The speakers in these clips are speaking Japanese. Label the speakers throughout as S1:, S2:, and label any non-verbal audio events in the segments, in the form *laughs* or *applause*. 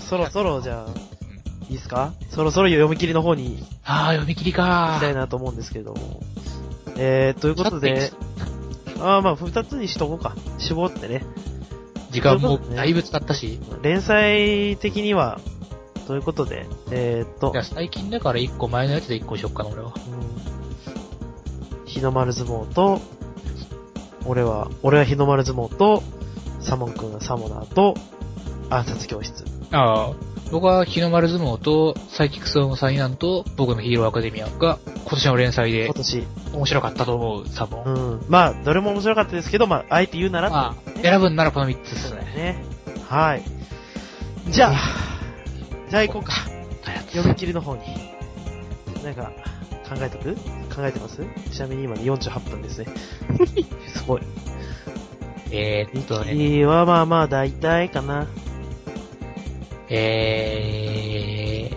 S1: そろそろじゃあ、いいですかそろそろ読み切りの方に
S2: ああ、読み切り
S1: 行
S2: か
S1: きたいなと思うんですけれども。えー、ということで
S2: さ、
S1: ああまあ、二つにしとこうか。絞ってね。
S2: 時間
S1: そ
S2: も
S1: ういうことね
S2: だいぶ経ったし。
S1: 連載的には、ということで、えー、っと
S2: いや、、最近だから一個前のやつで一個しよっかな、俺は。
S1: うん日の丸相撲と、俺は、俺は日の丸相撲と、サモン君はサモナーと、暗殺教室。
S2: ああ、僕は日の丸相撲と、サイキックスの災難と、僕のヒーローアカデミアが、今年の連載で
S1: 今年。
S2: 面白かったと思う、サボン。
S1: うん。まあ、どれも面白かったですけど、まあ、あえて言うなら、
S2: まあ、選ぶんならこの3つです
S1: そうだよ
S2: ね。
S1: ね。はい。じゃあ、じゃあ行こうか。読み切りの方に。なんか、考えとく考えてますちなみに今ね48分ですね。 *laughs* すごい。
S2: えー、っとね、
S1: いいはまあまあ大体かな。
S2: え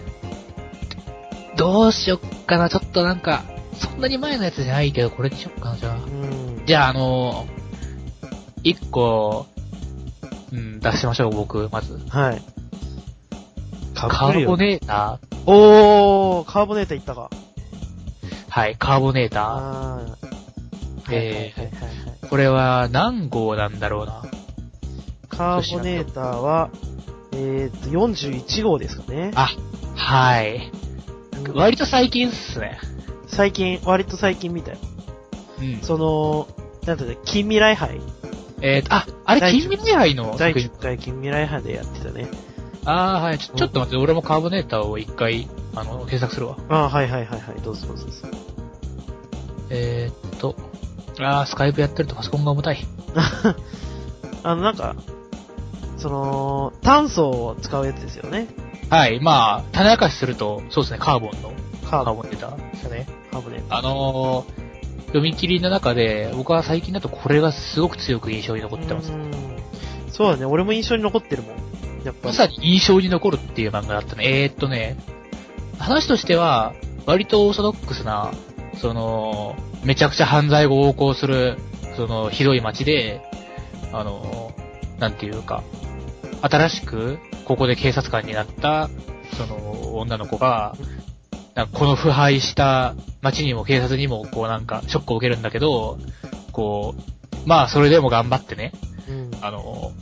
S2: ー、どうしよっかな、ちょっとなんか、そんなに前のやつじゃないけど、これにしよっかな、じゃあ
S1: う。ん。
S2: じゃあ、あのー、1個、うん、出しましょう、僕、まず。
S1: はい。か
S2: カ
S1: っこいい
S2: ーボ
S1: よ。
S2: ネーター
S1: おー、カーボネーターいったか。
S2: はい、カーボネータ
S1: あー。
S2: えー
S1: はいはいはいはい。
S2: ー。これは何号なんだろうな。
S1: カーボネーターは、えーっと、41号ですかね。
S2: あ、はい。
S1: うん
S2: 割と最近っすね。
S1: 最近、割と最近みたい。
S2: うん。
S1: その、なんていうの、近未来杯
S2: えーと、あ、あれ、
S1: 第
S2: 近
S1: 十
S2: 未来の
S1: 第
S2: 作品
S1: 10。回近未来杯でやってたね。
S2: あー、はい。ちょちょっと待って、俺もカーボネーターを一回、あの、検索するわ。
S1: ああ、はいはいはいはい、どうぞどうぞ。
S2: えーっと、あー、スカイプやってるとパソコンが重たい。
S1: *laughs* あの、なんか、その、炭素を使うやつですよね。
S2: はい、まあ、種明かしすると、そうですね、カーボンの
S1: カ
S2: カ
S1: ー
S2: ー
S1: ボ
S2: ボンデーターですね。
S1: カーボネーター。
S2: あのー、読み切りの中で、僕は最近だとこれがすごく強く印象に残ってます
S1: う。んそうだね、俺も印象に残ってるもん。やっぱ
S2: ま
S1: り。
S2: さに印象に残るっていう漫画だったね。えー、っとね、話としては、割とオーソドックスな、その、めちゃくちゃ犯罪を横行する、その、ひどい街で、あの、なんていうか、新しく、ここで警察官になった、その、女の子が、なんかこの腐敗した街にも警察にも、こうなんか、ショックを受けるんだけど、こう、まあ、それでも頑張ってね、
S1: うん。
S2: あの、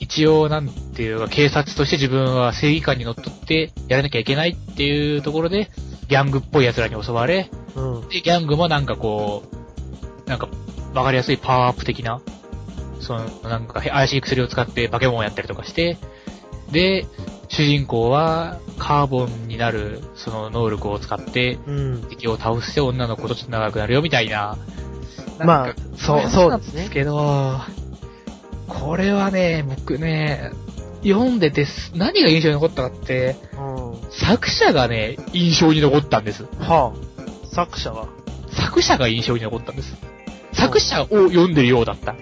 S2: 一応なんていうか、警察として自分は正義感にのっとってやらなきゃいけないっていうところで、ギャングっぽい奴らに襲われ、
S1: うん。
S2: で、ギャングもなんかこう、なんか、わかりやすいパワーアップ的な、その、なんか怪しい薬を使って化け物をやったりとかして、で、主人公はカーボンになる、その能力を使って、
S1: うん。
S2: 敵を倒して女の子とちょっと長くなるよみたいな。
S1: ま
S2: な
S1: あ
S2: んか、
S1: そう、
S2: そ
S1: そう
S2: な
S1: うんで
S2: ですす
S1: ね。
S2: けど、これはね、僕ね、読んでてす、何が印象に残ったかって、
S1: うん。
S2: 作者がね、印象に残ったんです。
S1: はあ、作者は。
S2: 作者が印象に残ったんです。作者を読んでるようだった。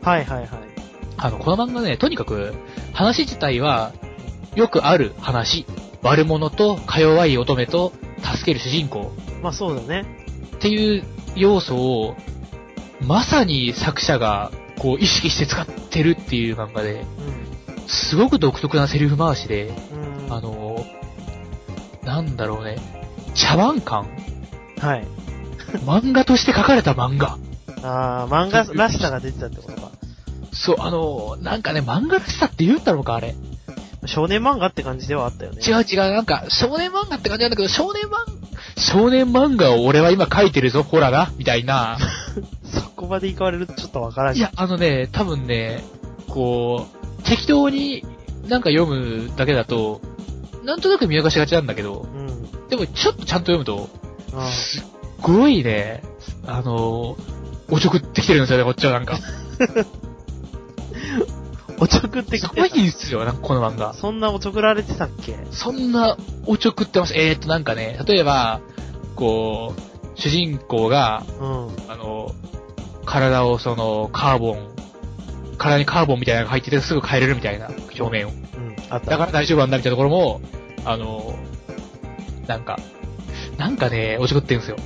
S1: はいはいはい。
S2: あの、この漫画ね、とにかく、話自体は、よくある話。悪者と、か弱い乙女と、助ける主人公。
S1: まあそうだね。
S2: っていう要素を、まさに作者が、こう、意識して使ってるっていう漫画で、すごく独特なセリフ回しで、
S1: うん。うん。
S2: あ、のなんだろうね、茶碗感
S1: はい。
S2: 漫画として書かれた漫画。
S1: ああ、漫画らしさが出てたってことか。
S2: そう、あのなんかね、漫画らしさって言うんだろうか、あれ。
S1: 少年漫画って感じではあったよね。
S2: 違う違う、なんか、少年漫画って感じなんだけど、少年漫、少年漫画を俺は今書いてるぞ、ほらな、みたいな。
S1: そこまで行かれるとちょっとわからん
S2: いや、あのね、多分ね、こう、適当になんか読むだけだと、なんとなく見逃しがちなんだけど、
S1: うん。
S2: でもちょっとちゃんと読むと、
S1: あ
S2: すっごいね、あのー、おちょくってきてるんですよね、こっちはなんか。
S1: ーおちょくってき
S2: すご
S1: て
S2: いんすよ、なんかこの漫
S1: た。
S2: 画。
S1: そんなおちょくられてたっけ
S2: そんなおちょくってます。えーっと、なんかね、例えば、こう、主人公が、
S1: うん。
S2: あの、体をその、カーボン、体にカーボンみたいなのが入っててすぐ変えれるみたいな、表面を。
S1: うん。あった。
S2: だから大丈夫なんだみたいなところも、あの、なんか、なんかね、おちょくってるんですよ。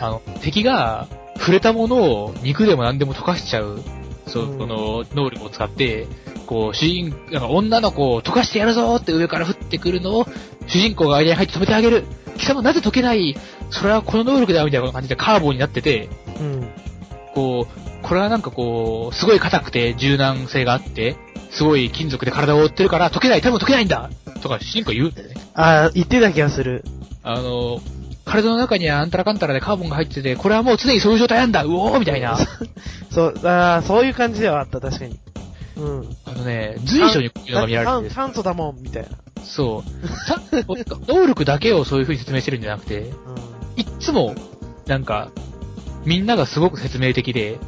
S2: あの、敵が触れたものを肉でも何でも溶かしちゃう、そ
S1: うん
S2: その、能力を使って、こう、主人、なんか女の子を溶かしてやるぞって上から降ってくるのを、主人公が間に入って止めてあげる。貴様なぜ解けないそれはこの能力だみたいな感じでカーボンになってて、
S1: うん。
S2: こう、これはなんかこう、すごい硬くて柔軟性があって、すごい金属で体を覆ってるから解けない、多分解けないんだとか主人公言うんだよね。
S1: あー、言ってた気がする。
S2: あの、体の中にはあんたらかんたらでカーボンが入ってて、これはもう常にそういう状態なんだうおーみたいな。
S1: *laughs* そう、あーそういう感じではあった、確かに。うん。
S2: あのね、随所にこういうのが見られるん
S1: だ
S2: で
S1: って
S2: す。
S1: 酸酸素だもん、みたいな。
S2: そう。さ能力だけをそういう風に説明してるんじゃなくて、
S1: うん。
S2: いっつも、なんか、みんながすごく説明的で、
S1: う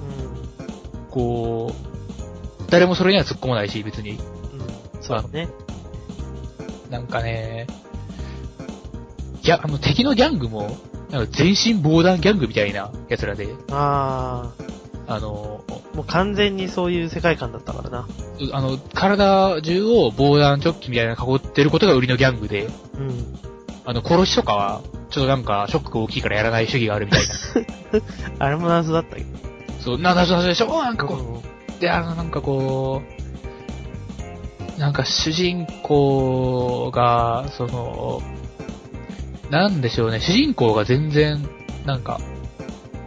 S2: こう、誰もそれには突っ込まないし、別
S1: ん。
S2: に。
S1: うん。そうだね。
S2: なんかね、ギャ、あの、敵のギャングも、なんか全身防弾ギャングみたいな奴らで、
S1: あ
S2: あの、
S1: ー、もう完全にそういう世界観だったからな。
S2: うあの、体中を防弾チョッキみたいなの囲ってることが売りのギャングで、
S1: うん。
S2: あの、殺しとかは、ちょっとなんか、ショック大きいからやらない主義があるみたいな。
S1: あれも謎だったけど。
S2: そう、な、な、な、な、でしょなんかこう、
S1: うん
S2: で、あの、なんかこう、なんか主人公が、その、なんでしょうね、主人公が全然、なんか、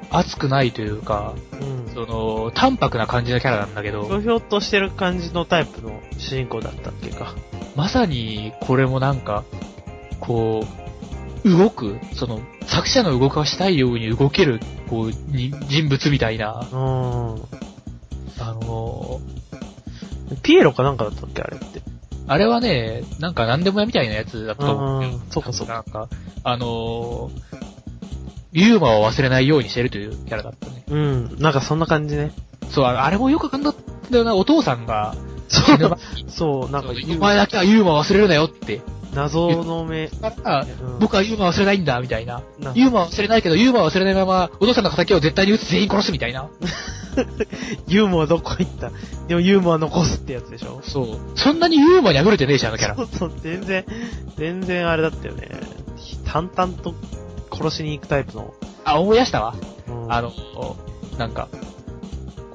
S2: 熱くないというか、
S1: うん。
S2: その、淡白な感じのキャラなんだけ
S1: ひょ
S2: ど、
S1: ひょっとしてる感じのタイプの主人公だったっていうか。
S2: まさにこれもなんか、こう、動く、その、作者の動かしたいように動ける、こう、に人物みたいな、
S1: う
S2: あの、
S1: ん。ピエロかなんかだったっけあれって。
S2: あれはね、なんか何でもやみたいなやつだったと思うけど。
S1: うんそうかそうか
S2: なんか、あのー、ユーマを忘れないようにしてるというキャラだったね。
S1: うん。なんかそんな感じね。
S2: そう、ああれもよく考えたんだよな、お父さんが、
S1: そ
S2: でも
S1: う。 *laughs* そう、なんか
S2: お前だけはユーマを忘れるなよって。
S1: 謎の目。
S2: だから、
S1: うん
S2: 僕はユーマを忘れないんだ、みたいな。
S1: なんか
S2: ユーマは忘れないけど、ユーマは忘れないまま、お父さんの仇を絶対に撃つ全員殺すみたいな。
S1: ユーモアどこ行ったでもユーモア残すってやつでしょ
S2: そう。そんなにユーマに溢れてねえし、あのキャラ。
S1: そうそう、全然、全然あれだったよね。淡々と殺しに行くタイプの。
S2: あ、思い出したわ。
S1: うん
S2: あの、なんか、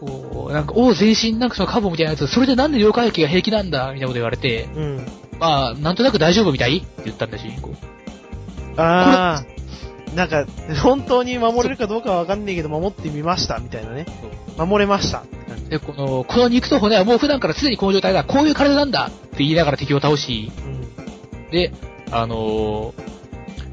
S2: こう、なんか、おう全身なんかそのカボみたいなやつ、それでなんで妖怪液が平気なんだみたいなこと言われて、
S1: うん。
S2: まあ、なんとなく大丈夫みたいって言ったんだし、こう
S1: ああ、なんか、本当に守れるかどうかはわかんないけど、守ってみました、みたいなね。守れましたって感じ。
S2: で、この、この肉と骨はもう普段からすでにこの状態だ、こういう体なんだって言いながら敵を倒し、
S1: うん。
S2: で、あのー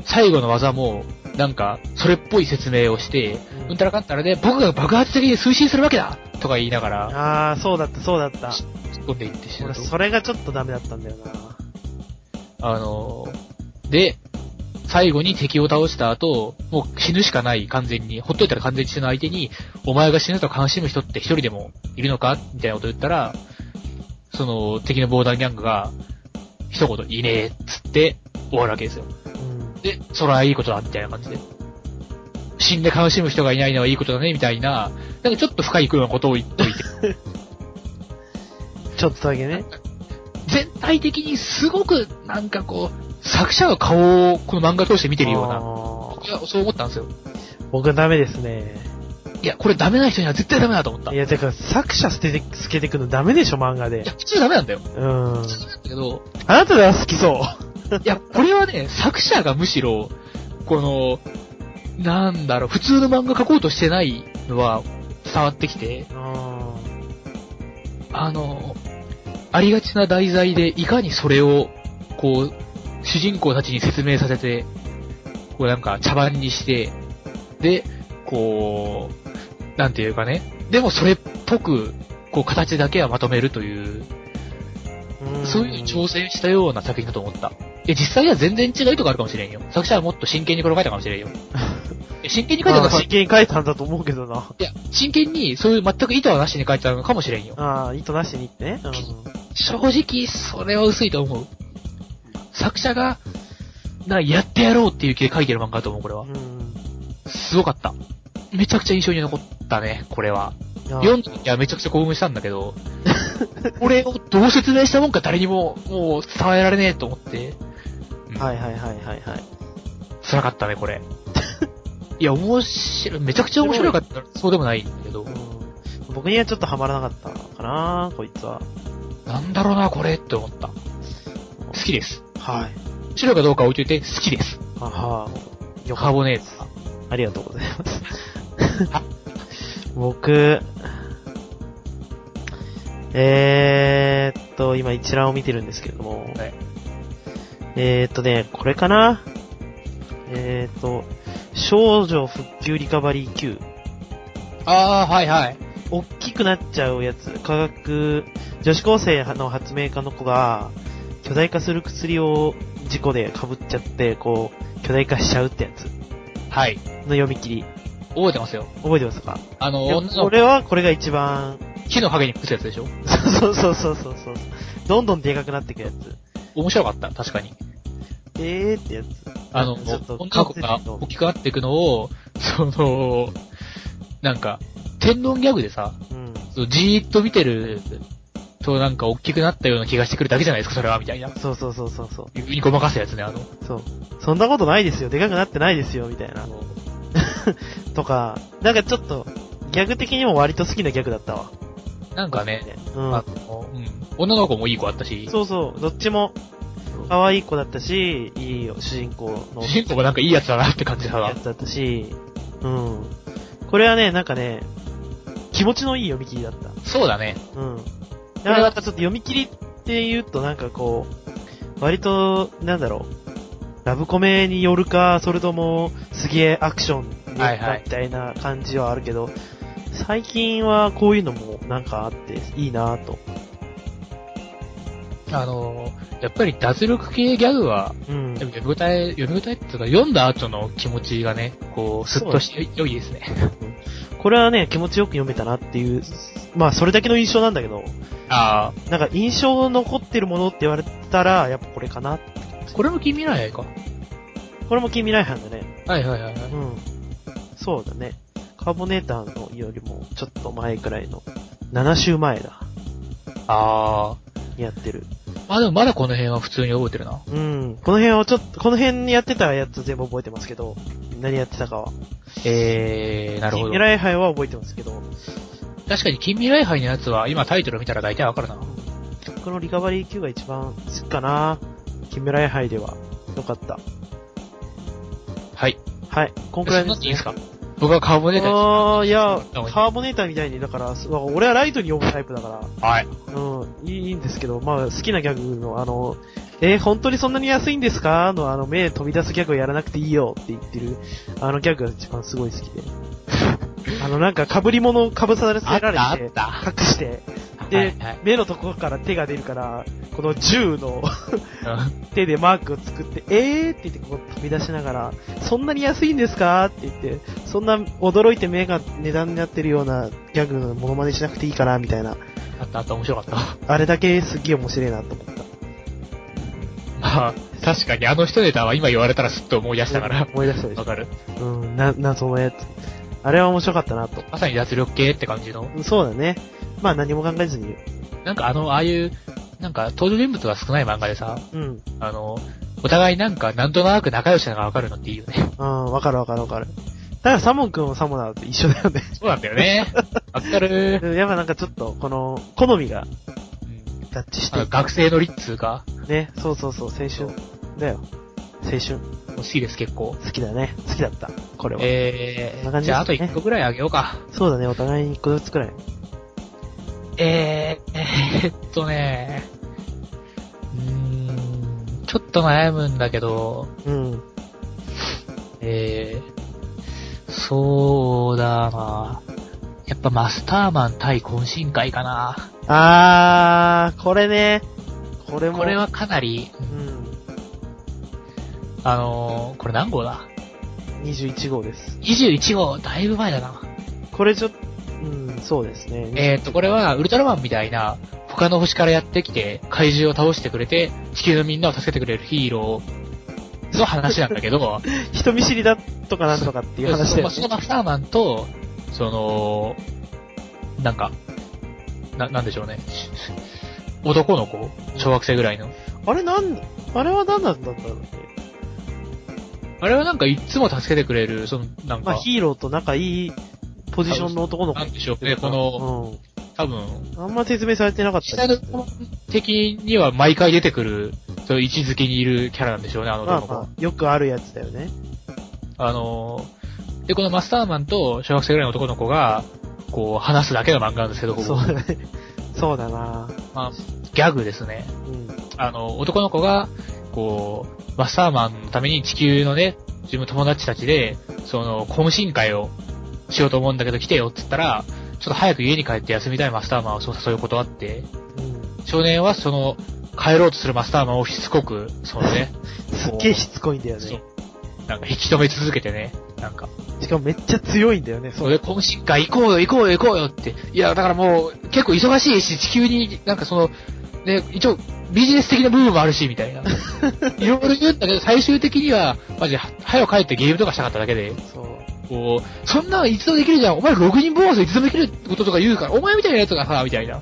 S2: 最後の技も、なんか、それっぽい説明をして、うんたらかんたらで、僕が爆発的に推進するわけだとか言いながら、
S1: ああ、そうだった、そうだった。
S2: 突っ込んでいってしま
S1: 俺、
S2: う。
S1: それがちょっとダメだったんだよな。
S2: あのー、で、最後に敵を倒した後、もう死ぬしかない、完全に。ほっといたら完全に死ぬ相手に、お前が死ぬと悲しむ人って一人でもいるのかみたいなこと言ったら、その、敵の防弾ギャングが、一言、いいねっつって、終わるわけですよ。
S1: うん。
S2: で、それはいいことだ、みたいな感じで。死んで悲しむ人がいないのはいいことだね、みたいな、なんかちょっと深いようなことを言っといて。
S1: ちょっとだけね。
S2: 全体的にすごく、なんかこう、作者の顔をこの漫画通して見てるような、
S1: あー
S2: いや、そう思ったんですよ。
S1: 僕はダメですね。
S2: いや、これダメな人には絶対ダメだと思った。
S1: い
S2: いや、
S1: や、てか、作者捨てて、捨ててくのダメでしょ、漫画で。
S2: 普通ダメなんだよ。
S1: うん。
S2: 普通なんだけど、
S1: あなたが好きそう。
S2: いや、これはね、作者がむしろ、この、なんだろう、普通の漫画描こうとしてないのは伝わってきて、
S1: うん。
S2: あの、ありがちな題材で、いかにそれを、こう、主人公たちに説明させて、こうなんか茶番にして、で、こう、なんていうかね、でもそれっぽく、こう形だけはまとめるというそういうのに挑戦したような作品だと思った。で、実際は全然違うとこあるかもしれんよ。作者はもっと真剣にこれを書いたかも
S1: *laughs*
S2: しれんよ。え真剣に書いた
S1: ま
S2: の
S1: あ
S2: かし
S1: 真剣に書いたんだと思うけどな。
S2: いや、真剣に、そういう全く意図はなしに書いたのかもしれんよ。
S1: ああ、意図なしにってね。うん。
S2: 正直、それは薄いと思う。作者が、な、やってやろうっていう気で書いてる漫画だと思う、これは。
S1: うん。
S2: すごかった。めちゃくちゃ印象に残ったね、これは。
S1: あ
S2: 読んだ時はめちゃくちゃ興奮したんだけど、これをどう説明したもんか誰にも、もう伝えられねえと思って。うん
S1: はいはいはいはいはい。
S2: 辛かったね、 *laughs* これ。いや、面白い、めちゃくちゃ面白かったらそうでもないんだけど
S1: う、ん。僕にはちょっとハマらなかったかな、こいつは。
S2: ななんだろうな、これって思った。好きです。
S1: はい。
S2: 白かどうか置いといて、好きです。
S1: あはーよ
S2: カ
S1: か
S2: ー
S1: っ
S2: ボネーター。
S1: た。ありがとうございます。僕、えーっと、今一覧を見てるんですけれども、
S2: はい
S1: えーっとね、これかなえーっと、少女復旧リカバリー Q。
S2: ああ、はいはい。
S1: 大きくなっちゃうやつ、科学、女子高生の発明家の子が、巨大化する薬を事故で被っちゃって、こう、巨大化しちゃうってやつ
S2: はい。
S1: の読み切り。
S2: 覚えてますよ。
S1: 覚えてますか
S2: あの、
S1: いや
S2: 女の
S1: 俺はこれが一番、
S2: 木の影にくすやつでしょ
S1: そうそうそうそうそう。どんどんでかくなっていくやつ。
S2: 面白かった、確かに。
S1: えーってやつ。
S2: あの、
S1: ちょっと
S2: 女の子が大きくなっていくのを、その、なんか、天丼ギャグでさ、
S1: うん。
S2: そうじーっと見てるとなんか大きくなったような気がしてくるだけじゃないですか、それは、みたいな。
S1: そうそうそうそうそう。
S2: 指にごまかすやつね、あの。
S1: そう。そんなことないですよ。でかくなってないですよ。みたいな。とか、なんかちょっと、ギャグ的にも割と好きなギャグだったわ。
S2: なんかね、
S1: うん
S2: あ。の、うん。女の子もいい子あったし、
S1: そうそう。どっちも可愛い子だったし、いいよ主人公の
S2: 主人公もなんかいいやつだなって感じだな
S1: や。つだったし、うん。これはね、なんかね、気持ちのいい読み切りだった。
S2: そうだね。
S1: うん。
S2: れは
S1: なんかちょっと読み切りって言うとなんかこう、割と、なんだろう、ラブコメによるか、それとも、すげえアクションによ
S2: は
S1: る
S2: いは
S1: か
S2: い
S1: みたいな感じはあるけど、最近はこういうのもなんかあっていいなぁと。
S2: あの、やっぱり脱力系ギャグは、
S1: うん。
S2: 読み応え、読み応えっていうか、読んだ後の気持ちがね、こう、スッとして良いですね。
S1: これはね、気持ちよく読めたなっていう、まあそれだけの印象なんだけど、
S2: あ
S1: なんか印象残ってるものって言われたら、やっぱこれかな。
S2: あ、これも近未来か。
S1: これも近未来班だね。
S2: はいはいはい。はい
S1: うん。そうだね。カーボネーターのよりもちょっと前くらいの、7週前だ。
S2: あ
S1: にやってる。
S2: あ、まあでもまだこの辺は普通に覚えてるな。
S1: うん。この辺をちょっと、この辺にやってたやつ全部覚えてますけど、何やってたかは。
S2: えー、なるほ
S1: 近
S2: ど
S1: 未。来杯は覚えてますけど、
S2: 確かに近未来杯のやつは、今タイトル見たら大体わかるな。
S1: このリカバリー Q が一番好きかな。近未来杯では。よかった。
S2: はい。
S1: はい。こんくらい
S2: そ
S1: です、
S2: んなん
S1: ね。
S2: でいいですか僕はカーボネーターに
S1: あー、いや
S2: あおい、
S1: カーボネーターみたいに、だから、そう俺はライトに読むタイプだか
S2: はい。
S1: ら、うん、いいいいんですけど、まあ、好きなギャグの、あの、えー本当にそんなに安いんですかの、あの、目飛び出すギャグをやらなくていいよって言ってる、あのギャグが一番すごい好きで。あの、なんか、被り物、被され
S2: あったあ
S1: ら
S2: っ
S1: れて、
S2: た。
S1: 隠して、で
S2: はいはい
S1: 目のところから手が出るから、この銃の
S2: うん
S1: 手でマークを作って、えーって言ってこう飛び出しながら、そんなに安いんですかって言って、そんな驚いて目が値段になってるようなギャグのモノマネしなくていいかな、みたいな。
S2: あったあった、面白かった。
S1: あれだけすっげえ面白いなと思った。
S2: まあ、 *laughs* 確かにあの一ネタは今言われたらすっと思い出したから。
S1: 思い出したでし
S2: *laughs* わ
S1: ょ。
S2: かる。
S1: うん、な、謎のやつ。あれは面白かったなと。
S2: まさに脱力系って感じの。
S1: そうだね。まあ何も考えずに。
S2: なんかあの、ああいう、なんか登場人物が少ない漫画でさ、
S1: うん。
S2: あの、お互いなんかなんとなく仲良しなのがわかるのっていいよね。
S1: うん、わかるわかるわかる。だからサモン君もサモナーと一緒だよね。
S2: *laughs* そうなんだよね。 *laughs* わかる。
S1: うん *laughs* やっぱなんかちょっと、この、好みが
S2: うん
S1: 合致し
S2: あ
S1: て
S2: の
S1: いく
S2: 学生のリッツーが
S1: ね、そうそうそう、青春だよ。青春。
S2: 好きです結構。
S1: 好きだね。好きだった。これは。
S2: え
S1: こんな感
S2: ー、
S1: じですね
S2: じゃああと1個ぐらいあげようか。
S1: そうだね、お互いに1個ずつくらい。
S2: えー、えーっとね、うーん、ちょっと悩むんだけど、
S1: うん。
S2: えー、そうだなやっぱマスターマン対懇親会かな
S1: あー、これね。これも。
S2: これ。はかなり、
S1: うん。
S2: あのー、これ何号だ
S1: 21号です。
S2: ?21 号、だいぶ前だな。
S1: これちょっと、うん、そうですね。
S2: えーっと、これはウルトラマンみたいな、他の星からやってきて、怪獣を倒してくれて、地球のみんなを助けてくれるヒーローの話なんだけど、
S1: 人見知りだとかなんとかっていう話だよ
S2: そ
S1: ね
S2: の。マスターマンと、その、なんか、な、なんでしょうね。男の子小学生ぐらいの。
S1: あれなん、あれは何なんだったんだろうね。
S2: あれはなんかいつも助けてくれる、その、なん
S1: まあ
S2: か、
S1: ヒーローと仲いいポジションの男の子
S2: なんでしょうね、この、
S1: の、
S2: 多分、
S1: あんま説明されてなかっ
S2: 実
S1: た
S2: 際
S1: で
S2: の
S1: すね。
S2: 的には毎回出てくる、そういう位置づけにいるキャラなんでしょうね、あの
S1: ま
S2: 男
S1: あ
S2: の子。
S1: まあ、よくあるやつだよね。
S2: あのー、で、このマスターマンと小学生ぐらいの男の子が、こう、話すだけの漫画なんですけど、ここ
S1: そうだ *laughs* ね。そうだな
S2: まあ、ギャグですね。
S1: うん。
S2: あの、男の子が、こう、マスターマンのために地球のね、自分の友達たちで、その、懇親会をしようと思うんだけど来てよって言ったら、ちょっと早く家に帰って休みたいマスターマンをそう誘うことあって、
S1: うん。
S2: 少年はその、帰ろうとするマスターマンをしつこく、そのね、
S1: すっげえしつこ *laughs* いんだよ
S2: そう
S1: ね。
S2: なんか引き止め続けてね、なんか、
S1: しかもめっちゃ強いんだよね、
S2: そ
S1: そう。
S2: れ、懇親会行こうよ、行こうよ、行こうよって。いや、だからもう、結構忙しいし、地球に、なんかその、ね、一応、ビジネス的な部分もあるし、みた
S1: *laughs*
S2: いな。いろいろ言うんだけど、最終的には、マジで、は早く帰ってゲームとかしたかっただけで、
S1: そう。
S2: こう、そんなのいつでもできるじゃん、お前6人ボーナスいつでもできることとか言うから、お前みたいなやつがさ、みたいな。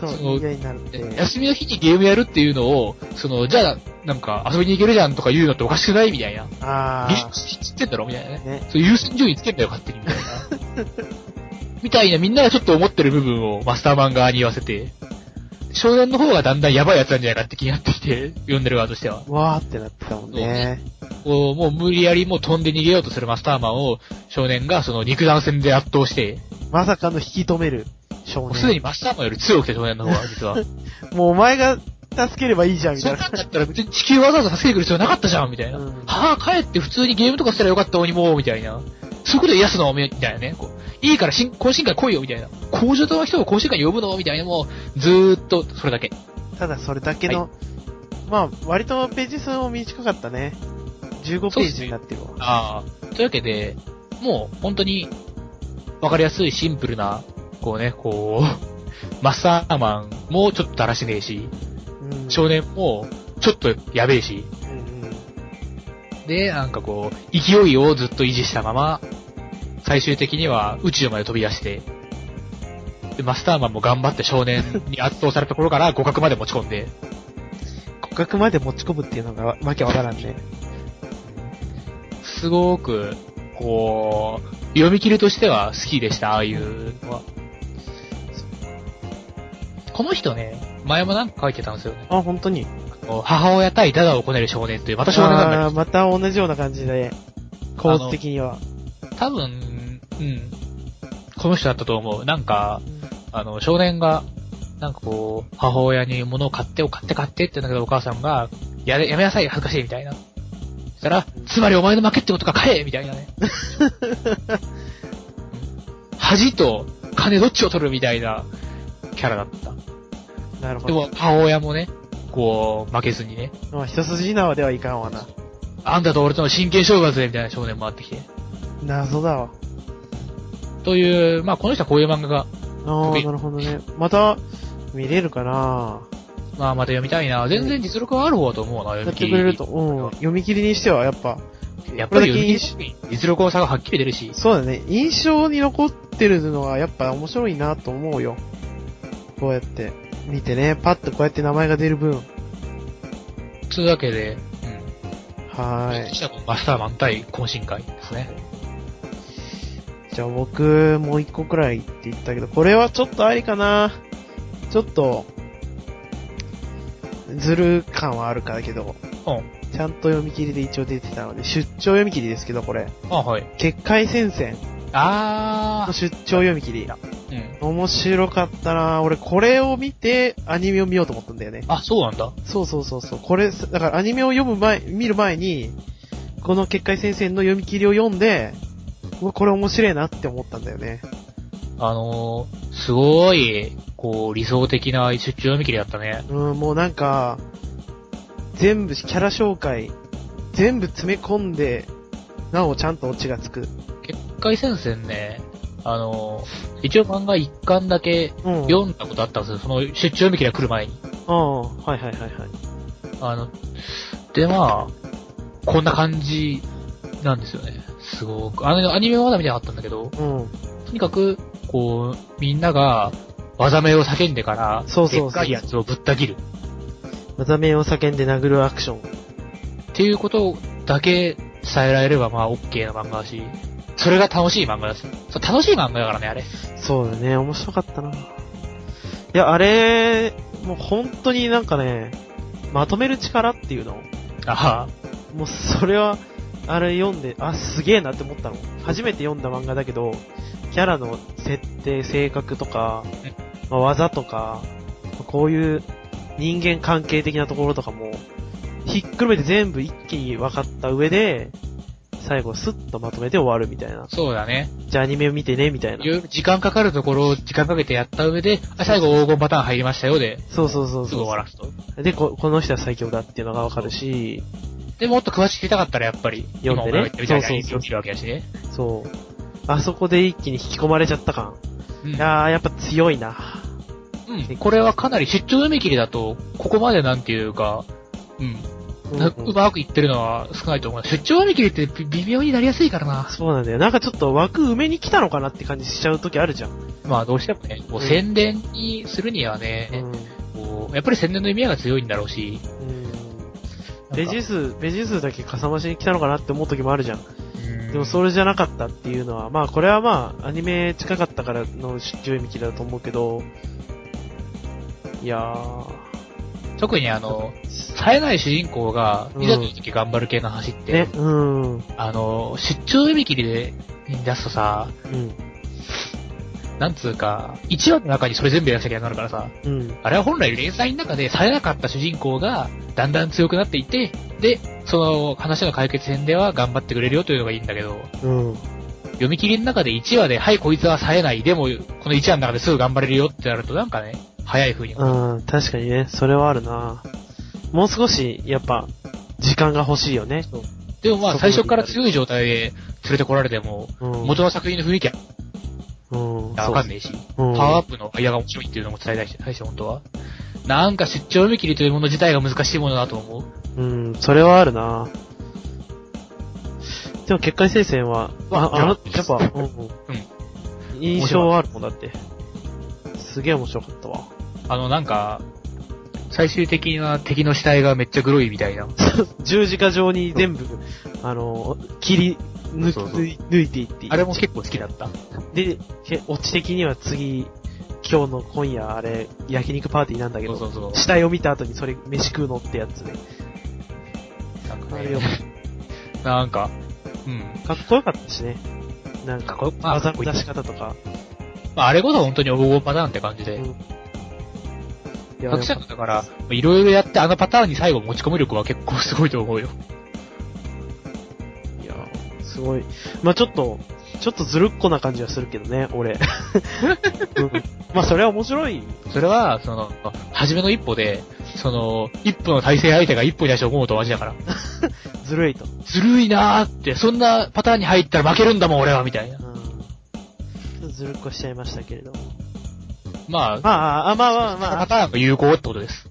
S1: そう、
S2: その
S1: 言い合いになるって。
S2: 休みの日にゲームやるっていうのを、その、じゃあ、なんか、遊びに行けるじゃんとか言うのっておかしくないみたいな。
S1: あ
S2: 技
S1: あ。
S2: 術知ってんだろみたいなね。
S1: ね
S2: そう優先順位つけんだよ、勝手に、みたいな。みたいな、みんながちょっと思ってる部分をマスターマン側に言わせて、少年の方がだんだんやばいやつなんじゃないかって気になってきて、読んでる側としては。
S1: わーってなってたもんね。
S2: こう、もう無理やりもう飛んで逃げようとするマスターマンを少年がその肉弾戦で圧倒して、
S1: まさかの引き止める少
S2: もうすで
S1: 年。
S2: にマスターマンより強くて少年の方が、実は。
S1: もうお前が助ければいいじゃん、み
S2: そ
S1: た
S2: ん
S1: い
S2: なん
S1: な。
S2: だったら別に地球わざわざ助けてくる必要なかったじゃん、みたいな。
S1: うん
S2: はぁ、帰って普通にゲームとかしたらよかったのにもう、みたいな。そういうこと癒すのみたいなね。こういいから新懇親会来いよ、みたいな。工場の人を懇親会呼ぶのみたいな、もう、ずーっと、それだけ。
S1: ただそれだけの、まあ、割とページ数も短かったね。15ページになってるわ。
S2: ああ。というわけで、もう、本当に、わかりやすいシンプルな、こうね、こう、マスターマンもちょっとだらしねえし、
S1: うん
S2: 少年もちょっとやべえし、
S1: うんうん
S2: で、なんかこう、勢いをずっと維持したまま、最終的には宇宙まで飛び出して、で、マスターマンも頑張って少年に圧倒されたところから互角まで持ち込んで、
S1: 骨格まで持ち込むっていうのがわわけわからんね。
S2: すごく、こう、読み切りとしては好きでした、ああいうのは。この人ね、前もなんか書いてたんですよね。
S1: あ、本当に。
S2: こう母親対ダダをこねる少年という、また少年なんだけど
S1: あーまた同じような感じで、構図的には。
S2: 多分、うん。この人だったと思う。なんか、あの、少年が、なんかこう、母親に物を買ってを買って買ってって言うんだけど、お母さんが、やれ、やめなさい、恥ずかしい、みたいな。そしたら、つまりお前の負けってことか、買えみた
S1: *laughs*
S2: いなね。恥と金どっちを取るみたいなキャラだった。
S1: なるほ
S2: で
S1: ど。
S2: も、母親もね、こう、負けずにね、
S1: まあ、一筋縄ではいかんわな。
S2: あんたと俺との真剣勝負だぜ、みたいな少年もあってきて。
S1: 謎だわ。
S2: という、まあ、この人はこういう漫画が、
S1: ああ、
S2: 得意
S1: なるほどね。また、見れるかな
S2: まあ、また読みたいな。全然実力はある方だと思うな、
S1: やっ
S2: 読み切
S1: て
S2: り
S1: くれると、うん。読み切りにしては、やっぱ、
S2: やっぱ
S1: これ
S2: り
S1: だけ
S2: 読み
S1: 印
S2: 切り実力の差がはっきり出るし、
S1: そうだね。印象に残ってるのはやっぱ面白いなと思うよ。こうやって。見てね、パッとこうやって名前が出る分。
S2: つうわけで、うん。
S1: はーい。
S2: そしたらマスターマン対懇親会ですね。
S1: じゃあ僕、もう一個くらいって言ったけど、これはちょっとありかなちょっと、ずる感はあるからけど、
S2: うん。
S1: ちゃんと読み切りで一応出てたので、出張読み切りですけど、これ。
S2: あ、はい。
S1: 結界戦線
S2: あ
S1: の出張読み切り。
S2: ー。うん。
S1: 面白かったな俺、これを見て、アニメを見ようと思ったんだよね。
S2: あ、そうなんだ。
S1: そうそうそうそう。これ、だからアニメを読む前、見る前に、この結界戦線の読み切りを読んで、うわ、これ面白いなって思ったんだよね。
S2: あのー、すごい、こう、理想的な出張読み切りだったね。
S1: うん、もうなんか、全部、キャラ紹介、全部詰め込んで、なおちゃんとオチがつく。
S2: 結界戦線ね、あのー、一応漫画一巻だけ
S1: うん。うん。
S2: 読んだことあったんですよ。その出張読み切りが来る前に。
S1: はいはいはいはい。
S2: あの、で、まあ、こんな感じなんですよね。すごく。あの、アニメはまだ見てなかったんだけど、
S1: うん。
S2: とにかく、こう、みんなが、技名を叫んでから、
S1: そうそうそう
S2: でっかいやつをぶった切る。
S1: 技名を叫んで殴るアクション。
S2: っていうことだけ伝えられれば、まあ、オッケーな漫画だし、それが楽しい漫画です。そう楽しい漫画だからね、あれ。
S1: そうだね、面白かったな。いや、あれ、もう本当になんかね、まとめる力っていうの
S2: あ
S1: もうそれは、あれ読んで、あ、すげえなって思ったの。初めて読んだ漫画だけど、キャラの設定、性格とか、まあ技とか、こういう人間関係的なところとかも、ひっくるめて全部一気に分かった上で、最後スッとまとめて終わるみたいな
S2: あ。。そうだね。
S1: じゃあアニメを見てね、みたいな。
S2: いう時間かかるところを時間かけてやった上で、あ、最後黄金パターン入りましたよで、
S1: そうそうそう
S2: すぐ
S1: そ
S2: 終わらすと。
S1: う。でこ、この人は最強だっていうのが分かるし、
S2: で、もっと詳しく知りたかったらやっぱり、
S1: 読んでね
S2: 今俺が言ったみたいな
S1: そうそうそう
S2: 読めるわけだしね。
S1: そう。あそこで一気に引き込まれちゃった感。
S2: うん
S1: いやー、やっぱ強いな。
S2: うん、これはかなり出張読み切りだと、ここまでなんていうか、うん、
S1: うん
S2: なうまくいってるのは少ないと思う。出張読み切りってび微妙になりやすいからな。
S1: そうなんだよ。なんかちょっと枠埋めに来たのかなって感じしちゃう時あるじゃん。
S2: まあどうしてもね、こう
S1: うん
S2: 宣伝にするにはね、こうやっぱり宣伝の意味合いが強いんだろうし、
S1: うん。
S2: なん
S1: ペ
S2: か
S1: ージ数、ページ数だけかさ増しに来たのかなって思う時もあるじゃん。
S2: うん
S1: でもそれじゃなかったっていうのは、まあこれはまあアニメ近かったからの出張見切りだと思うけど、いやー、
S2: 特にあの、冴えない主人公が、
S1: うん
S2: いざという時頑張る系の話って、
S1: ね、うん。うん。
S2: あの、出張読み切りで出すとさ、なんつうか、1話の中にそれ全部やらせきゃなるからさ、
S1: うん。
S2: あれは本来連載の中でされなかった主人公がだんだん強くなっていって、で、その話の解決編では頑張ってくれるよというのがいいんだけど、
S1: うん。
S2: 読み切りの中で1話で、はい、こいつは冴えない、でも、この1話の中ですぐ頑張れるよってなるとなんかね、早い風に。
S1: うん、確かにね、それはあるなもう少し、やっぱ、時間が欲しいよね。
S2: でもまあ
S1: そこまで
S2: 最初から強い状態で連れてこられても、
S1: うん。
S2: 元の作品の雰囲気は
S1: うん。
S2: わかんねえし、
S1: そううん
S2: パワーアップの間が面白いっていうのも伝えたいし、最初本当は。なんか出張読み切りというもの自体が難しいものだと思う。
S1: うん、それはあるなでも、結界聖戦は、あ、あの、やっぱ、うん、うん。印象はあるもんだって。すげえ面白かったわ。
S2: あの、なんか、最終的な敵の死体がめっちゃグロいみたいな。
S1: 十字架上に全部、あの、切り抜、
S2: そうそう
S1: 抜い抜いていって。
S2: あれも結構好きだった。
S1: で、けオチ的には次、今日の今夜、あれ、焼肉パーティーなんだけ
S2: そうそ
S1: ど、
S2: うそう。
S1: 死体を見た後にそれ、飯食うのってやつね。
S2: なんか
S1: あ
S2: ね
S1: れよ、
S2: なんか、うん。
S1: かっこよかったしね。なん
S2: か
S1: か、
S2: っこよまあ
S1: 技の出し方とか。
S2: まあ、あれこそ本当に黄金パターンって感じ
S1: う
S2: で
S1: ん。いや
S2: 作者がだから、いろいろやってあのパターンに最後持ち込む力は結構すごいと思うよ。
S1: いや、すごい。まあちょっと、ちょっとずるっこな感じはするけどね、
S2: *laughs*
S1: 俺。うんまあそれは面白い。
S2: それは、その、初めの一歩で、その、一歩の対戦相手が一歩に対して思うと同じだから。
S1: ずるいと。
S2: ずるいなーって、そんなパターンに入ったら負けるんだもん俺は、みたいな
S1: う。ん。ちょっとずるっこしちゃいましたけれども。
S2: まあ、
S1: まあ、あまあまあま
S2: パ
S1: あ、
S2: ターンが有効ってことです。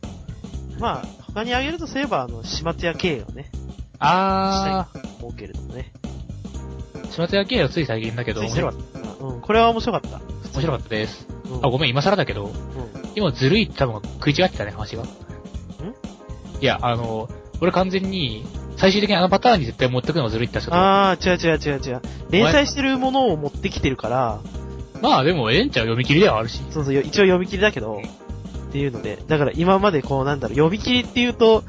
S1: まあ、他にあげるとすれば、あの、島津屋経営をね、
S2: あ
S1: 思うけれどもね。
S2: ー、島津屋系はつい最近だけど、面白かった。
S1: った。うん、これは面白かった。
S2: 面白かったです。
S1: うん
S2: あ、ごめん、今更だけど、
S1: うん
S2: 今ずるいって多分食い違ってたね、話が。んいや、あの、俺完全に、最終的にあのパターンに絶対持ってくのがずるいって言ったんで
S1: ああ、違う違う違う違う。連載してるものを持ってきてるから、
S2: すけど。まあでも、ええんちゃう読み切りではあるし。
S1: そうそう、よ一応読み切りだけど、っていうので、だから今までこうなんだろう、読み切りっていうと、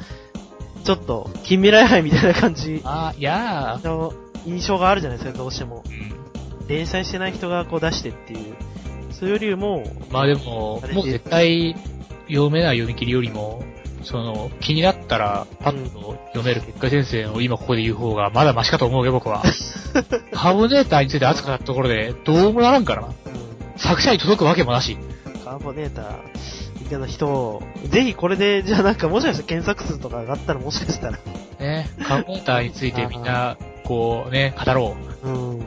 S1: ちょっと、近未来杯みたいな感じ
S2: あー、いやー。
S1: の印象があるじゃないですか、どうしても。
S2: うん。
S1: 連載してない人がこう出してっていう。それよりも、
S2: まあでも、もう絶対、読めない読み切りよりも、その、気になったら、パッと読める結果先生を今ここで言う方が、まだマシかと思うよ、 *laughs* 僕は。カーボネーターについて熱くなったところで、どうもならんから
S1: う
S2: な。
S1: ん、
S2: 作者に届くわけもなし。
S1: カーボネーターみたいな人を、ぜひこれで、じゃあなんかもしかしたら検索数とか上がったらもしか
S2: *laughs*
S1: したら、
S2: ね、カーボネーターについてみんな、こうね、語ろう。
S1: うん、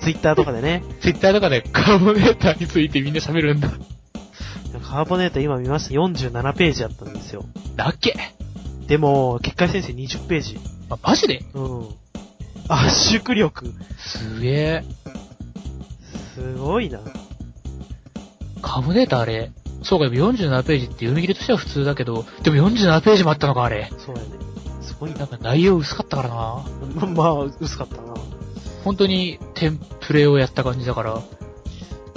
S1: ツイッターとかでね、
S2: ツイッターとかでカーボネーターについてみんな喋るんだ。
S1: カーボネーター今見ました、47ページあったんですよ。
S2: だっけ、
S1: でも、結界先生20ページ。
S2: ま、マジで
S1: うん。圧縮力。
S2: すげえ。
S1: すごいな。
S2: カーボネーターあれ。そうか、でも47ページって読み切りとしては普通だけど、でも47ページもあったのか、あれ。
S1: そうやね。すごい
S2: なん
S1: な。
S2: か内容薄かったからな。
S1: ま、まあ、薄かったな。
S2: 本当にテンプレをやった感じだから、
S1: う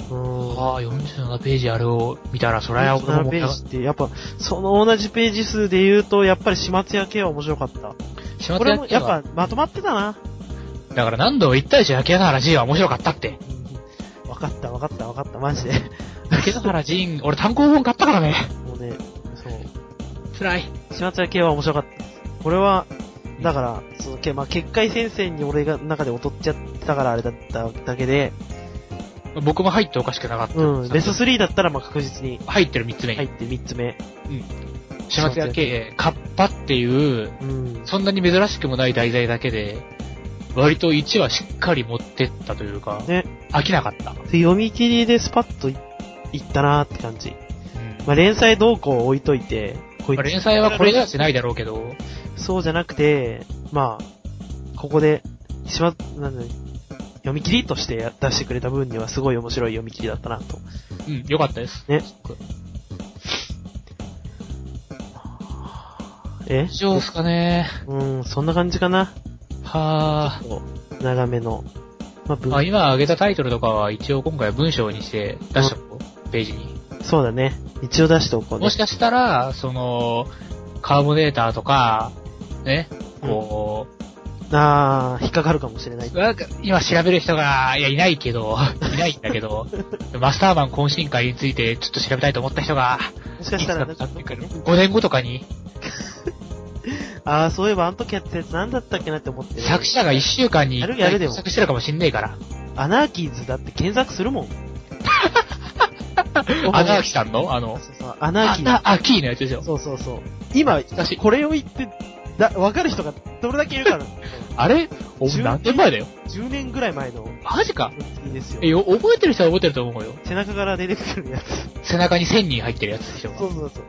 S1: ーん。
S2: ああ、47ページあれを見たら、そりゃ、僕も
S1: 47
S2: 思っ
S1: ペ
S2: た
S1: ージって、やっぱ、その同じページ数で言うと、やっぱり始末焼けは面白かった。
S2: 島
S1: こ
S2: 田
S1: れも、
S2: 焼き
S1: や
S2: は
S1: っぱ、まとまってたな。
S2: だから何度も言ったでしょ、焼け野原仁は面白かったって。
S1: うんわかった、わかった、わかった、マジで。
S2: 焼け野原仁、俺単行本買ったからね。
S1: もうね、そう。
S2: 辛い。
S1: 始末焼けは面白かったです。これは、だから、その、けまあ、結界戦線に俺が中で劣っちゃったからあれだっただけで、
S2: 僕も入っておかしくなかった。
S1: うん、ベスト
S2: さ
S1: 3だったらまあ確実に
S2: 入ってる3つ目
S1: 入っ。て3つ目。
S2: 島津焼け、カッパっていう、
S1: うん。
S2: そんなに珍しくもない題材だけで、割と1はしっかり持ってったというか、
S1: ね
S2: 飽きなかった。
S1: で読み切りでスパッといいったなーって感じ。
S2: うん
S1: まあ、連載動向を置いといて、こい
S2: まあ
S1: つ
S2: 連載はこれじゃしないだろうけど、
S1: そうじゃなくて、まあ、ここで、しま、なんだ読み切りとしてや出してくれた分にはすごい面白い読み切りだったなと。
S2: うん、よかったです。
S1: ね
S2: すっごい。
S1: え
S2: 以上ですかね。
S1: うん、そんな感じかな。
S2: はぁ。
S1: 長めの。まあ、文
S2: まあ、今挙げたタイトルとかは一応今回文章にして出したこうページに。
S1: そうだね。一応出しておこうね
S2: も。しかしたら、その、カーボネーターとか、ね、こ、。
S1: あー、引っかかるかもしれないう
S2: なんか今調べる人が、いや、いないけど、いないんだけど、マスターマン懇親会についてちょっと調べたいと思った人が、
S1: もしかしたら、なんか
S2: 5年後とかに、
S1: あー、そういえばあの時やってたやつ何だったっけなって思って、
S2: 作者が1週間に
S1: やる
S2: 1
S1: やる
S2: 回
S1: でも
S2: 作してるかもしんねえから。
S1: アナーキーズだって検索するもん。
S2: アナーキさんのあの、
S1: そうそう、アナー
S2: ア
S1: キー。
S2: ナーキーのやつでしょ。
S1: そうそうそう。今、
S2: 難しい
S1: これを言って、だ、わかる人がどれだけいるかな。
S2: あれお
S1: 10
S2: 何年前だよ。
S1: 10年ぐらい前の、
S2: マジか。
S1: いいです
S2: え、
S1: よ。
S2: よ覚えてる人は覚えてると思うよ。
S1: 背中から出てくるやつ。
S2: 背中に1000人入ってるやつでしょ。
S1: そうそうそう。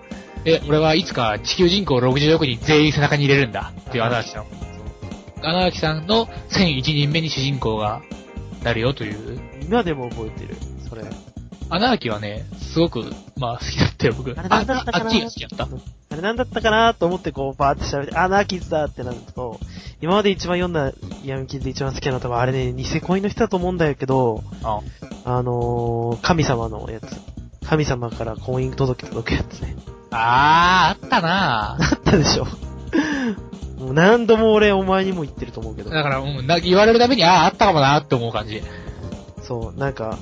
S2: え、俺はいつか地球人口60億人全員背中に入れるんだっていう穴キさん。穴キさんの1001人目に主人公がなるよという。
S1: 今でも覚えてる。それ。
S2: 穴キはね、すごく、まあ好きだったよ僕。
S1: あれ
S2: あ、
S1: なんだったかな
S2: あっちが好きだった。
S1: あれなんだったかなと思ってこう、バーって調べて、あ、ナーキーズだってなると、今まで一番読んだ闇キーズで一番好きなのは多分あれね、ニセ恋の人だと思うんだけど、
S2: あ
S1: あのー、神様のやつ。神様から婚姻届届くやつね。
S2: あー、あったな
S1: あ
S2: ぁ
S1: ったでしょ。 *laughs* もう何度も俺お前にも言ってると思うけど。
S2: だから、うん、な言われるために、あー、あったかもなーって思う感じ。
S1: そう、なんか、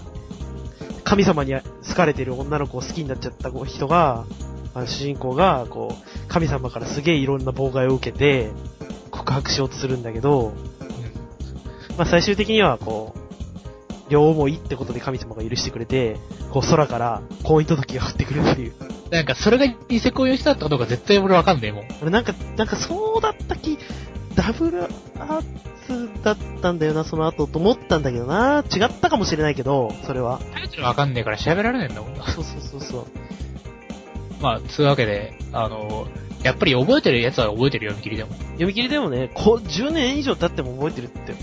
S1: 神様に好かれてる女の子を好きになっちゃった子人が、あの主人公が、こう、神様からすげえいろんな妨害を受けて、告白しようとするんだけど、まあ最終的には、こう、両思いってことで神様が許してくれて、こう空から婚姻届が降ってくるっていう。
S2: なんか、それがニセ恋の人だったかどうか絶対俺わかんねえもん。
S1: 俺なんか、なんかそうだった気、ダブルアーツだったんだよな、その後と思ったんだけどな。違ったかもしれないけど、それは。
S2: タイトルわかんねえから調べられねえんだもんな。
S1: そうそうそうそう。
S2: まあ、つうわけで、あの、やっぱり覚えてるやつは覚えてるよ、見切りでも。
S1: 読み切りでもね、こう10年以上経っても覚えてるってこ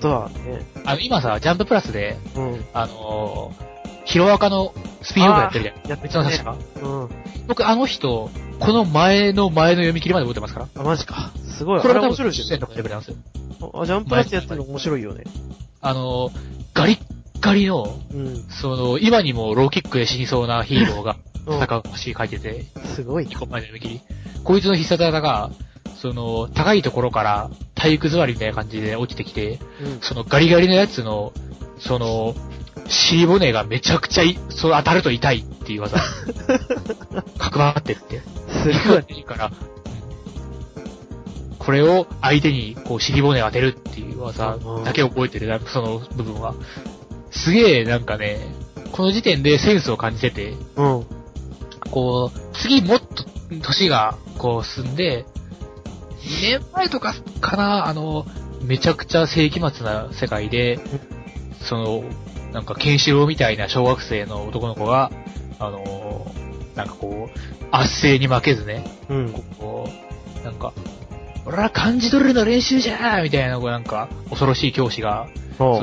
S1: とはね、
S2: あの、今さ、ジャンププラスで、
S1: うん。
S2: あのー、ヒロアカのスピンオフやってるじゃん。
S1: やって
S2: 別
S1: た
S2: の
S1: ね
S2: 確。か。
S1: うん。
S2: 僕、あの人、この前の前の読み切りまで覚えてますから。
S1: あ、マジか。すごい。
S2: これ
S1: あ
S2: は多
S1: 面
S2: 分
S1: 白い
S2: 10
S1: じゃ
S2: 年
S1: ん。
S2: とかレベルなんですよ。
S1: あ、ジャンプラスやってるの面白いよね。
S2: あのー、ガリッガリの、
S1: うん。うん。
S2: その、今にもローキックで死にそうなヒーローが、戦う走り書いてて、
S1: すごい。
S2: 一個前の読み切り。こいつの必殺技が、その、高いところから体育座りみたいな感じで落ちてきて、
S1: うん。
S2: そのガリガリのやつの、その、尻骨がめちゃくちゃい、その当たると痛いっていう技。かくまってって。
S1: す
S2: 肉
S1: ご
S2: が
S1: い。
S2: 出るから、これを相手にこう尻骨を当てるっていう技だけ覚えてる、なんかその部分は。すげえなんかね、この時点でセンスを感じてて、
S1: うん。
S2: こう、次もっと年がこう進んで、2年前とかかな、あの、めちゃくちゃ世紀末な世界で、その、なんか、ケンシロウみたいな小学生の男の子が、あの、なんかこう、圧政に負けずね、
S1: うん。
S2: こう、なんか、俺ら漢字ドリルの練習じゃーみたいな、こうなんか、恐ろしい教師が、
S1: お
S2: その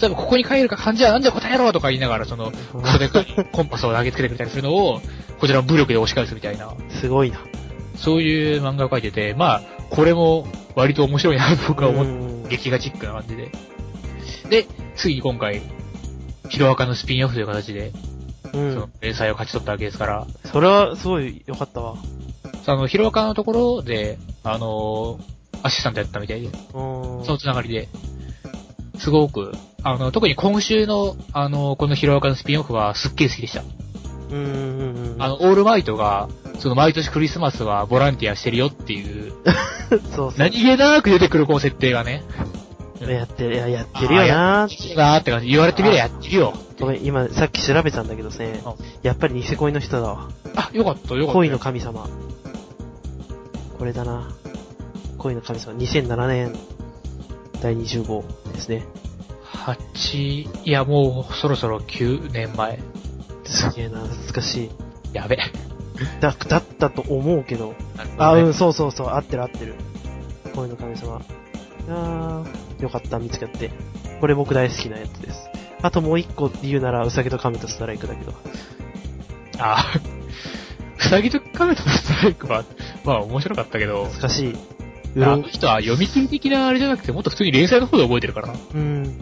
S2: 例えばここに書いてるか漢字はなんで答えろとか言いながら、その、クソでかい *laughs* コンパスを投げつけてくれたりするのを、こちらの武力で押し返すみたいな、
S1: すごいな。
S2: そういう漫画を書いてて、まあ、これも割と面白いな、僕は思って、
S1: うん
S2: 劇画チックな感じで。で、次今回、ヒロアカのスピンオフという形で、
S1: う
S2: その
S1: ん。
S2: 連載を勝ち取ったわけですから、
S1: それはすごい良かったわ。
S2: そのヒロアカのところで、あのーアシスタントやったみたいで、
S1: うん。
S2: そのつながりで、すごく、あの、特に今週の、あの、このヒロアカのスピンオフはすっげえ好きでした。
S1: うんうんうんうん。
S2: あの、オールマイトが、その毎年クリスマスはボランティアしてるよっていう、
S1: そうそう。
S2: 何気なく出てくるこの設定がね。
S1: やってる、いや、やってるよな
S2: 好きだなーって感じ。言われてみりゃやってるよ。
S1: ごめん、今、さっき調べたんだけどね
S2: あ、
S1: やっぱりニセ恋の人だわ。
S2: あ、よかった、よかった。
S1: 恋の神様。これだな。恋の神様、2007年、第20号ですね。
S2: 8、いやもうそろそろ9年前。
S1: すげえな、懐かしい。
S2: やべ。
S1: だ、だったと思うけど。あ、
S2: あ
S1: うん、そうそうそう、合ってる合ってる。恋の神様。あー、よかった、見つかって。これ僕大好きなやつです。あともう一個言うなら、ウサギとカメとストライクだけど。
S2: あ、うさぎとカメとストライクは、まあ面白かったけど、
S1: 懐かしい。う
S2: あ
S1: ろ
S2: の
S1: ん。
S2: 人は読み切り的なあれじゃなくて、もっと普通に連載の方で覚えてるからな。
S1: うん。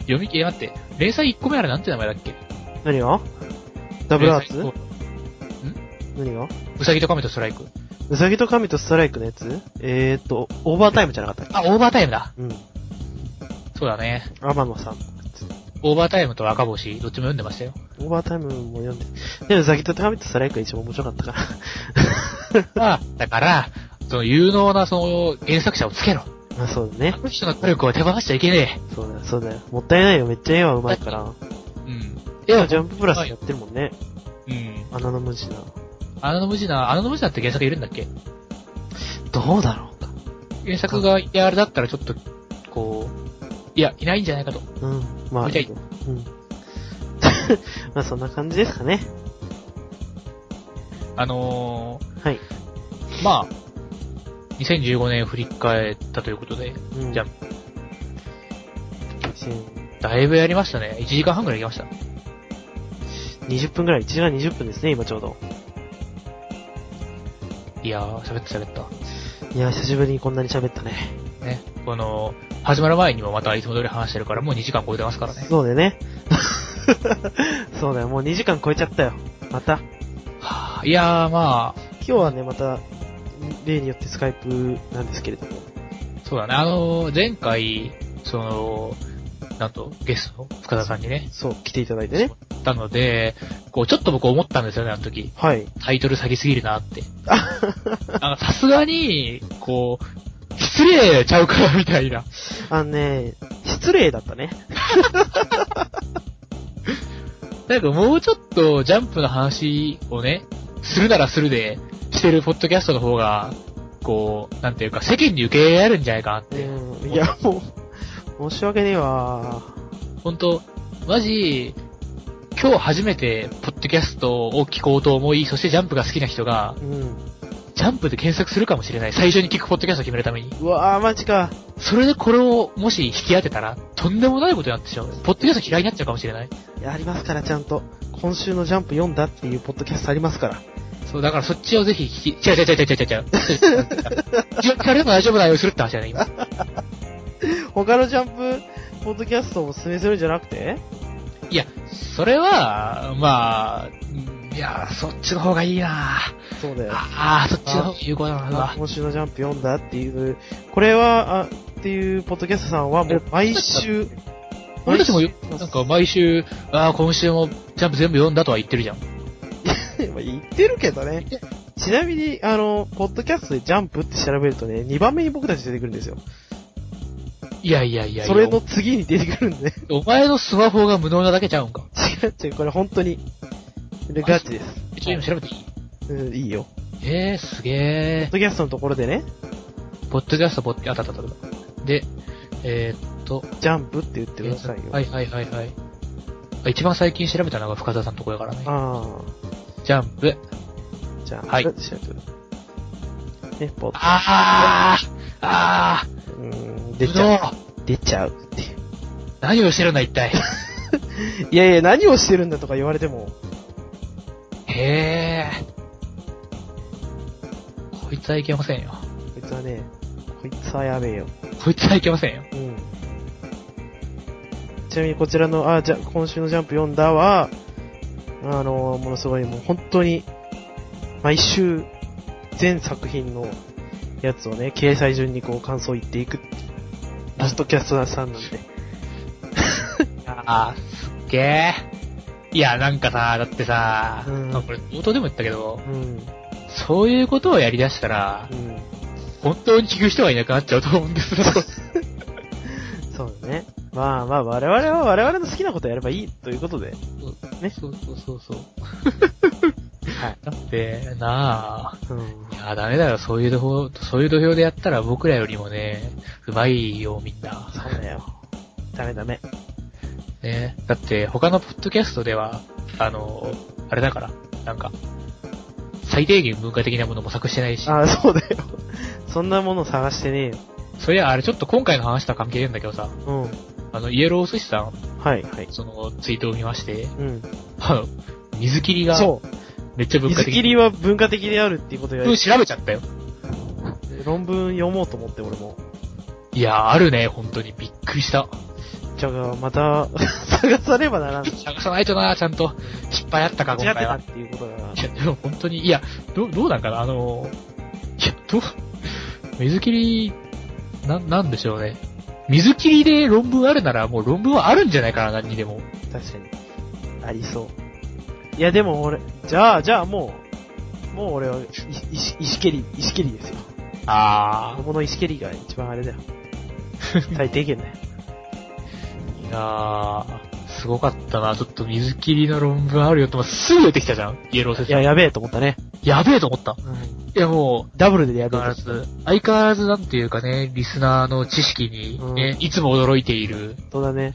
S2: 読み切り、え待って、連載1個目あれなんて名前だっけ
S1: 何がダブルアー
S2: 連
S1: ツ
S2: 載
S1: 何が
S2: うさぎとカメとストライク。
S1: ウサギとカメとストライクのやつえーっと、オーバータイムじゃなかったっ
S2: あ、オーバータイムだ。
S1: けうん。
S2: そうだね。
S1: 天野さん。
S2: オーバータイムと赤星、どっちも読んでましたよ。
S1: オーバータイムも読んで。でもウサギとカメとストライクが一番面白かったから。 *laughs*
S2: まあ、だから、その有能なその原作者をつけろ。
S1: まあそうだね
S2: あ。の人の努力を手放しちゃいけね
S1: そうだよ、そうだよ。もったいないよ、めっちゃ絵は上手いから。
S2: え。うん。
S1: で
S2: で
S1: も
S2: も
S1: ジャンププラスやってるもんね。
S2: うん。
S1: 穴の無地な。
S2: アナノムジナ、アナノムジナって原作いるんだっけ
S1: どうだろうか。
S2: 原作がいてあれだったらちょっと、こう、いや、いないんじゃないかと。
S1: うん。まあ、
S2: 見たい
S1: うん。 *laughs* まあそんな感じですかね。
S2: あの
S1: はい。
S2: ー、まあ、2015年振り返ったということで、
S1: うん、
S2: じゃあ
S1: 2000
S2: だいぶやりましたね。1時間半くらいやりました。
S1: 20分ぐらい、1時間20分ですね、今ちょうど。
S2: いやー、喋った喋った。
S1: いや、久しぶりにこんなに喋ったね。
S2: ね、この、始まる前にもまたいつも通り話してるから、もう2時間超えてますからね。
S1: そうだよね。 *laughs* そうだよ、もう2時間超えちゃったよ。また。
S2: はぁいやー、まあ、
S1: 今日はね、また、例によってスカイプなんですけれども。
S2: そうだね。あのー、前回、その、なんと、ゲストの深田さんにね、
S1: そう、来ていただいてね。
S2: 行ったので、こう、ちょっと僕思ったんですよね、あの時。
S1: はい。
S2: タイトル詐欺すぎるなって。あのさすがに、こう、失礼ちゃうから、みたいな。
S1: あのね、失礼だったね。
S2: なんかもうちょっと、ジャンプの話をね、するならするで、してるポッドキャストの方が、こう、なんていうか、世間に受け入れられるんじゃないかなって。
S1: うん。いや、もう、申し訳ねえわ。
S2: 本当マジ、今日初めて、ポッドキャストを聞こうと思い、そしてジャンプが好きな人が、
S1: うん。
S2: ジャンプで検索するかもしれない。最初に聞くポッドキャストを決めるために。
S1: うわぁ、マジか。
S2: それでこれを、もし引き当てたら、とんでもないことになってしまう。ポッドキャスト嫌いになっちゃうかもしれない。
S1: いやありますから、ちゃんと。今週のジャンプ読んだっていうポッドキャストありますから。
S2: そう、だからそっちをぜひ聞き、違う
S1: *laughs*
S2: 違う違う違う違う違う。自分聞かれても大丈夫なようにするって話だね、今。
S1: 他のジャンプ、ポッドキャストをおすすめするんじゃなくて
S2: いや、それは、まあ、うんいや、そっちの方がいいな
S1: そうだよ。
S2: ああ、そっちの方が有効だなうわ
S1: 今週のジャンプ読んだっていう、これは、あ、っていうポッドキャストさんはもう毎週、
S2: 俺たちもよ
S1: 毎週
S2: なんか毎週、ああ、今週もジャンプ全部読んだとは言ってるじゃん。
S1: まあ言ってるけどね。ちなみに、あの、ポッドキャストでジャンプって調べるとね、2番目に僕たち出てくるんですよ。
S2: いやいやいやいや。
S1: それの次に出てくるんでね。
S2: お前のスマホが無能なだけちゃうんか。
S1: 違う違う、これ本当に。でガチです。
S2: 一応今調べていい
S1: うん、いいよ。
S2: ええー、すげ
S1: ポッ
S2: え。
S1: ドキャストのところでね、
S2: ポッドキャスト、ポッド、あったあったあった。で、えー、っと、
S1: ジャンプって言ってくださいよ。
S2: はいはいはいはい。一番最近調べたのが深澤さんのとこやからね。
S1: あ
S2: ジャンプ。
S1: あ、じゃあ、
S2: はい
S1: 調べてくださいね、ポッ
S2: ああああ
S1: うん、
S2: 無
S1: 出ちゃう。
S2: 能
S1: 出ちゃうっていう。
S2: 何をしてるんだ
S1: *laughs*
S2: 一体。
S1: いやいや、何をしてるんだとか言われても、
S2: へえ。こいつはいけませんよ。
S1: こいつはね、こいつはやべえよ。
S2: こいつはいけませんよ。
S1: うん。ちなみにこちらの、あ、じゃ、今週のジャンプ読んだは、あの、ものすごいもう本当に、毎週、全作品のやつをね、掲載順にこう感想言っていく、ラストキャスターさんなんで。
S2: あー、すっげえ。いや、なんかさ、だってさ、
S1: うん
S2: まあこれ冒頭でも言ったけど、
S1: うん。
S2: そういうことをやり出したら、
S1: う
S2: 本当に聞く人はいなくなっちゃうと思う
S1: *laughs*
S2: んですよ。
S1: ん。そうだね。まあまあ、我々は我々の好きなことやればいいということで。ね
S2: そうそうそうそう。
S1: はい。
S2: だって、なあ、
S1: うん
S2: い。や、ダメだよ。そういう土俵、そういう土俵でやったら僕らよりもね、うまいよ、みんな。
S1: そうだよ。ダメダメ。
S2: ね。だって、他のポッドキャストでは、あの、あれだから、なんか、最低限文化的なもの模索してないし、
S1: ああ、そうだよ。そんなもの探してねえよ。
S2: そりゃあれちょっと今回の話とは関係ないんだけどさ、
S1: うん。
S2: あの、イエロー寿司さん、
S1: はい、はい。
S2: その、ツイートを見まして、
S1: うん。
S2: あの、水切りが、
S1: そう。
S2: めっちゃ文化
S1: 水
S2: 的。
S1: 切りは文化的であるっていうことや
S2: うん調べちゃったよ。
S1: 論文読もうと思って俺も。
S2: いやー、あるね、本当に。びっくりした。
S1: じゃあ、また、 *laughs* 探さねばならん。
S2: 探さないとな、ちゃんと。失敗あったか、
S1: 違って
S2: 今回
S1: た
S2: は。
S1: っ。ていうことだない
S2: や、でも本当に、いや、どう、どうなんかな、あの、いや、どう、水切り、な、なんでしょうね。水切りで論文あるなら、もう論文はあるんじゃないかな、何にでも。
S1: 確かに。ありそう。いや、でも俺、じゃあ、じゃあもう、もう俺は、い石、石蹴り、石蹴りですよ。
S2: あ
S1: ここの石蹴りが一番あ *laughs* れだよ。最低限だよ。
S2: ー。いやー、すごかったな、ちょっと水切りの論文あるよって、まあすぐ出てきたじゃん、イエロー先
S1: いや、
S2: 生。
S1: やべえと思ったね。
S2: やべえと思った。
S1: うん。
S2: いや、もう、
S1: ダブルでやべ
S2: 相変わら
S1: え。
S2: ず、相変わらずなんていうかね、リスナーの知識に、ねいつも驚いている。
S1: そうだね。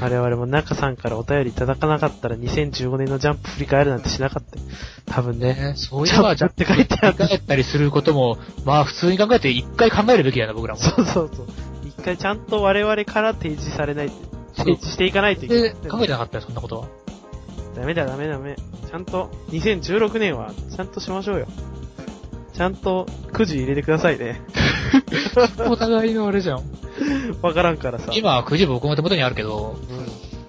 S1: 我々も中さんからお便りいただかなかったら2015年のジャンプ振り返るなんてしなかったよ。多分ね。
S2: ね、そうい
S1: ジ
S2: え
S1: ャ
S2: ば、
S1: ンプ
S2: じゃ
S1: っ
S2: あ、
S1: て書いてあった
S2: 振り。返ったりすることも、まあ普通に考えて一回考えるべきだな、僕らも。
S1: *laughs* そうそうそう。一回ちゃんと我々から提示されない、提示していかないといけな
S2: で
S1: い。、
S2: 考えてなかったよ、そんなことは。
S1: ダメだダメダメ。ちゃんと、2016年は、ちゃんとしましょうよ。ちゃんと、くじ入れてくださいね。
S2: お互いのあれじゃん。
S1: わからんからさ。
S2: 今、くじ僕の手元にあるけど、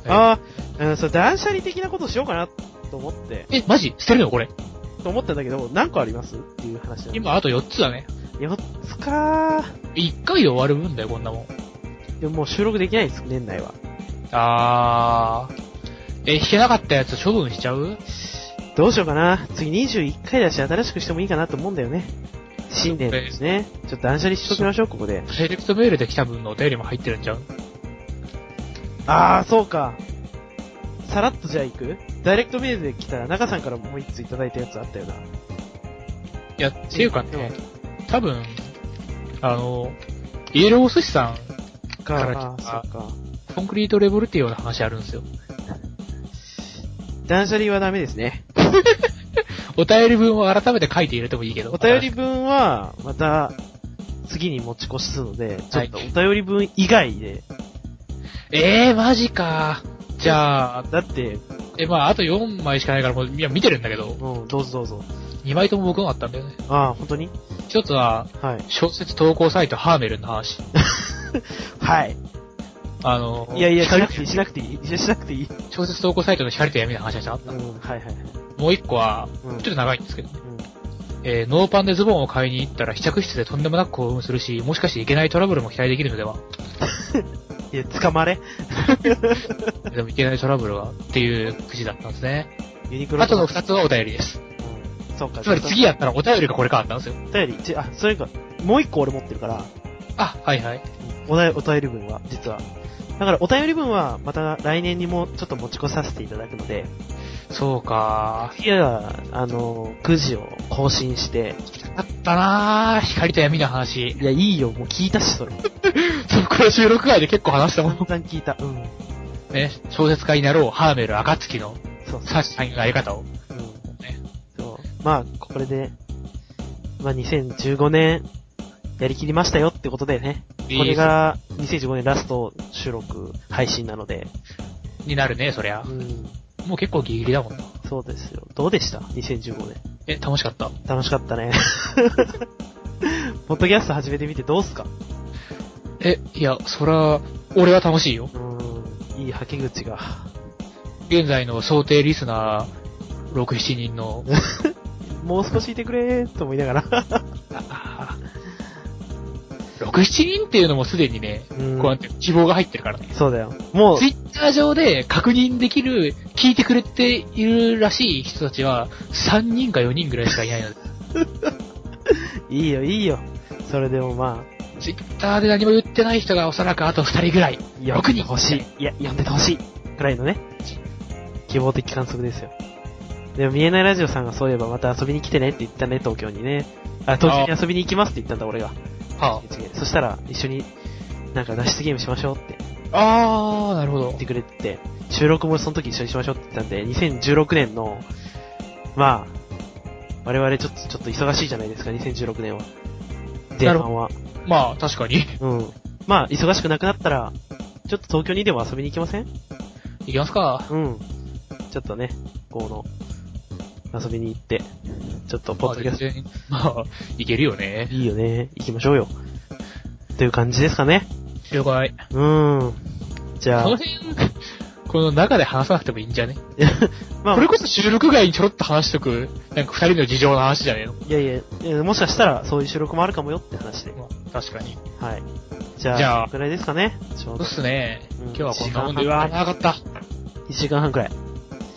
S1: うん。ああ、うん、そう、断捨離的なことしようかな、と思って、
S2: え、マジ捨てるのこれ。
S1: と思ったんだけど、何個ありますっていう話なの。
S2: 今、あと4つだね。
S1: 4つか
S2: 1回で終わる分だよ、こんなもん。
S1: ー。でももう収録できないです、年内は。
S2: あー。え、弾けなかったやつ処分しちゃう
S1: どうしようかな。次21回だし、新しくしてもいいかなと思うんだよね。新年ですね。ちょっと断捨離しときましょう、ここで。
S2: セレクトメールで来た分のお便りも入ってるんちゃう
S1: ああ、そうか。さらっとじゃあ行くダイレクトメールで来たら、中さんからもう一ついただいたやつあったよな。
S2: いや、っていうかね、多分、あの、イエローお寿司さん、
S1: か、
S2: から来た
S1: あーそうか。
S2: コンクリートレボルティオの話あるんですよ。
S1: 断捨離はダメですね。
S2: お便り文を改めて書いて入れてもいいけど。
S1: お便り分は、また、次に持ち越すので、ちょっとお
S2: はい
S1: 便り分以外で、
S2: ええー、マジか。じゃあ、
S1: だって、
S2: え、まあ、あと4枚しかないから、もう、いや、見てるんだけど、
S1: うん、どうぞどうぞ。
S2: 2枚とも僕のあったんだよね。
S1: ああ、本当に
S2: 一つは、
S1: はい。
S2: 小説投稿サイトハーメルの話。
S1: はい。
S2: あの、
S1: いやいや、し
S2: 光
S1: なくていい、しなくていい。いやしなくていい。
S2: 小説投稿サイトの光と闇の話はしなかった。
S1: うん、はいはいはい。
S2: もう一個は、
S1: うん
S2: ちょっと長いんですけどね。
S1: うん
S2: えー、ノーパンでズボンを買いに行ったら試着室でとんでもなく興奮するし、もしかしていけないトラブルも期待できるのでは。
S1: いや、捕まれ。
S2: でもいけないトラブルは、っていうくじだったんですね。
S1: ユニクロ
S2: あとの二つはお便りです。
S1: うんそうか。
S2: つまり次やったらお便りがこれ変わったんですよ。
S1: お便り、ちあ、それか、もう一個俺持ってるから、
S2: あ、はいはい。
S1: おだお便り文は、実は。だから、お便り文は、また来年にもちょっと持ち越させていただくので、
S2: そうか
S1: 次は、あの、くじを更新して、
S2: あったなぁ。光と闇の話。
S1: いや、いいよ、もう聞いたし、 *laughs* それ。
S2: そう、これ収録外で結構話したも
S1: 散
S2: ん。
S1: 々聞いた。うん。
S2: ね、小説家になろう、ハーメル、暁の、
S1: そうそ
S2: サーシさんのやり方を。
S1: う。うん。
S2: ね
S1: そう。まあ、これで、まあ、2015年、やりきりましたよってことでね。これが、2015年ラスト収録、配信なので。
S2: になるね、そりゃ
S1: う。ん。
S2: もう結構ギリギリだもんな。
S1: そうですよ。どうでした ?2015 年。
S2: え、楽しかった。
S1: 楽しかったね。ポッドキャスト始めてみてどうっすか
S2: え、いや、そら、俺は楽しいよ。
S1: うーん。吐き口が。
S2: 現在の想定リスナー6、7人 *laughs* の、
S1: もう少しいてくれーと思いながら。
S2: あー6、7人っていうのもすでにね、
S1: うん
S2: こうやって希望が入ってるからね。
S1: そうだよ。もう
S2: ツ、イッター上で確認できる、聞いてくれているらしい人たちは、3人か4人ぐらいしかいないので、
S1: いいよ、いいよ。それでもまあ、
S2: ツイッターで何も言ってない人がおそらくあと2人ぐらい。
S1: いや
S2: 6
S1: 読んで
S2: 人
S1: ほしい。いや、読んでてほしい。くらいのね、希望的観測ですよ。でも、見えないラジオさんがそういえばまた遊びに来てねって言ったね、東京にね。あ、東京に遊びに行きますって言ったんだ、俺が。
S2: は
S1: そしたら、一緒に、なんか脱出ゲームしましょうって
S2: あ、あー、なるほど
S1: 言って。くれてて、収録もその時一緒にしましょうって言ったんで、2016年の、まあ、我々ちょっと、ちょっと忙しいじゃないですか、2016年は。前半は。
S2: まあ、確かに。
S1: うん。まあ、忙しくなくなったら、ちょっと東京にでも遊びに行きません
S2: いきますか。
S1: うん。ちょっとね、この、遊びに行って、ちょっとポッドキャスト、
S2: まあ全然まあ、いけるよね。
S1: いいよね。行きましょうよ。という感じですかね。
S2: 了解。
S1: うーん。じゃ
S2: *laughs* その
S1: あ、
S2: 辺、この中で話さなくてもいいんじゃね
S1: まあ
S2: これ、こそ収録外にちょろっと話しとく、なんか二人の事情の話じゃねえの
S1: いやいやえー、もしかしたらそういう収録もあるかもよって話で。
S2: まあ、確かに。
S1: はい。じゃあ、
S2: じゃあ
S1: これぐらいですかね。ちょう
S2: そう
S1: ど
S2: っすね。
S1: うん
S2: 今日はこんなもんで、うわー、長かった。
S1: 1時間半くらい。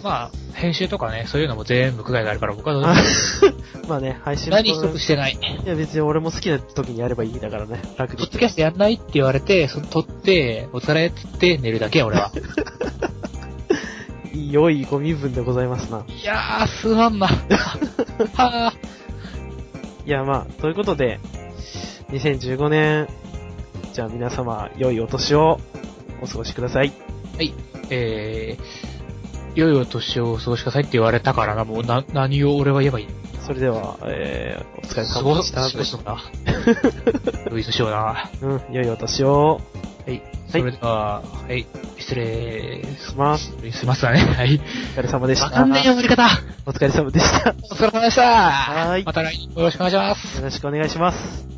S2: まあ、編集とかね、そういうのも全部区外があるから、僕はどうでも
S1: あ
S2: いい
S1: *laughs* まあね、配信も
S2: *laughs* 何一つしてない。
S1: いや別に俺も好きな時にやればいいだからね、楽
S2: ポ
S1: で
S2: ッドキャストやんないって言われて、その撮って、お疲れって言って寝るだけ、俺 *laughs* は。
S1: 良いご身分でございますな。
S2: いやー、すまんな。 *laughs* はー。
S1: いやまあ、ということで、2015年、じゃあ皆様、良いお年をお過ごしください。
S2: えー、良いお年をお過ごしくださいって言われたからな、もうな、何を俺は言えばいいの
S1: それでは、えー、お疲れ
S2: す
S1: 様
S2: ご
S1: で
S2: い、
S1: し
S2: す
S1: た。
S2: ごいそう *laughs* だ。良いお年をな。
S1: うん、良いお年を。
S2: はい。それでは、はい、失礼
S1: します。
S2: 失礼しますわね。はい。
S1: お疲れ様でし
S2: わか
S1: た
S2: ん。ないよ、振り方。
S1: お疲れ様でした。よ
S2: お疲れ様でした。
S1: はい
S2: また来年よろしくお願いします。
S1: ろしくお願いします。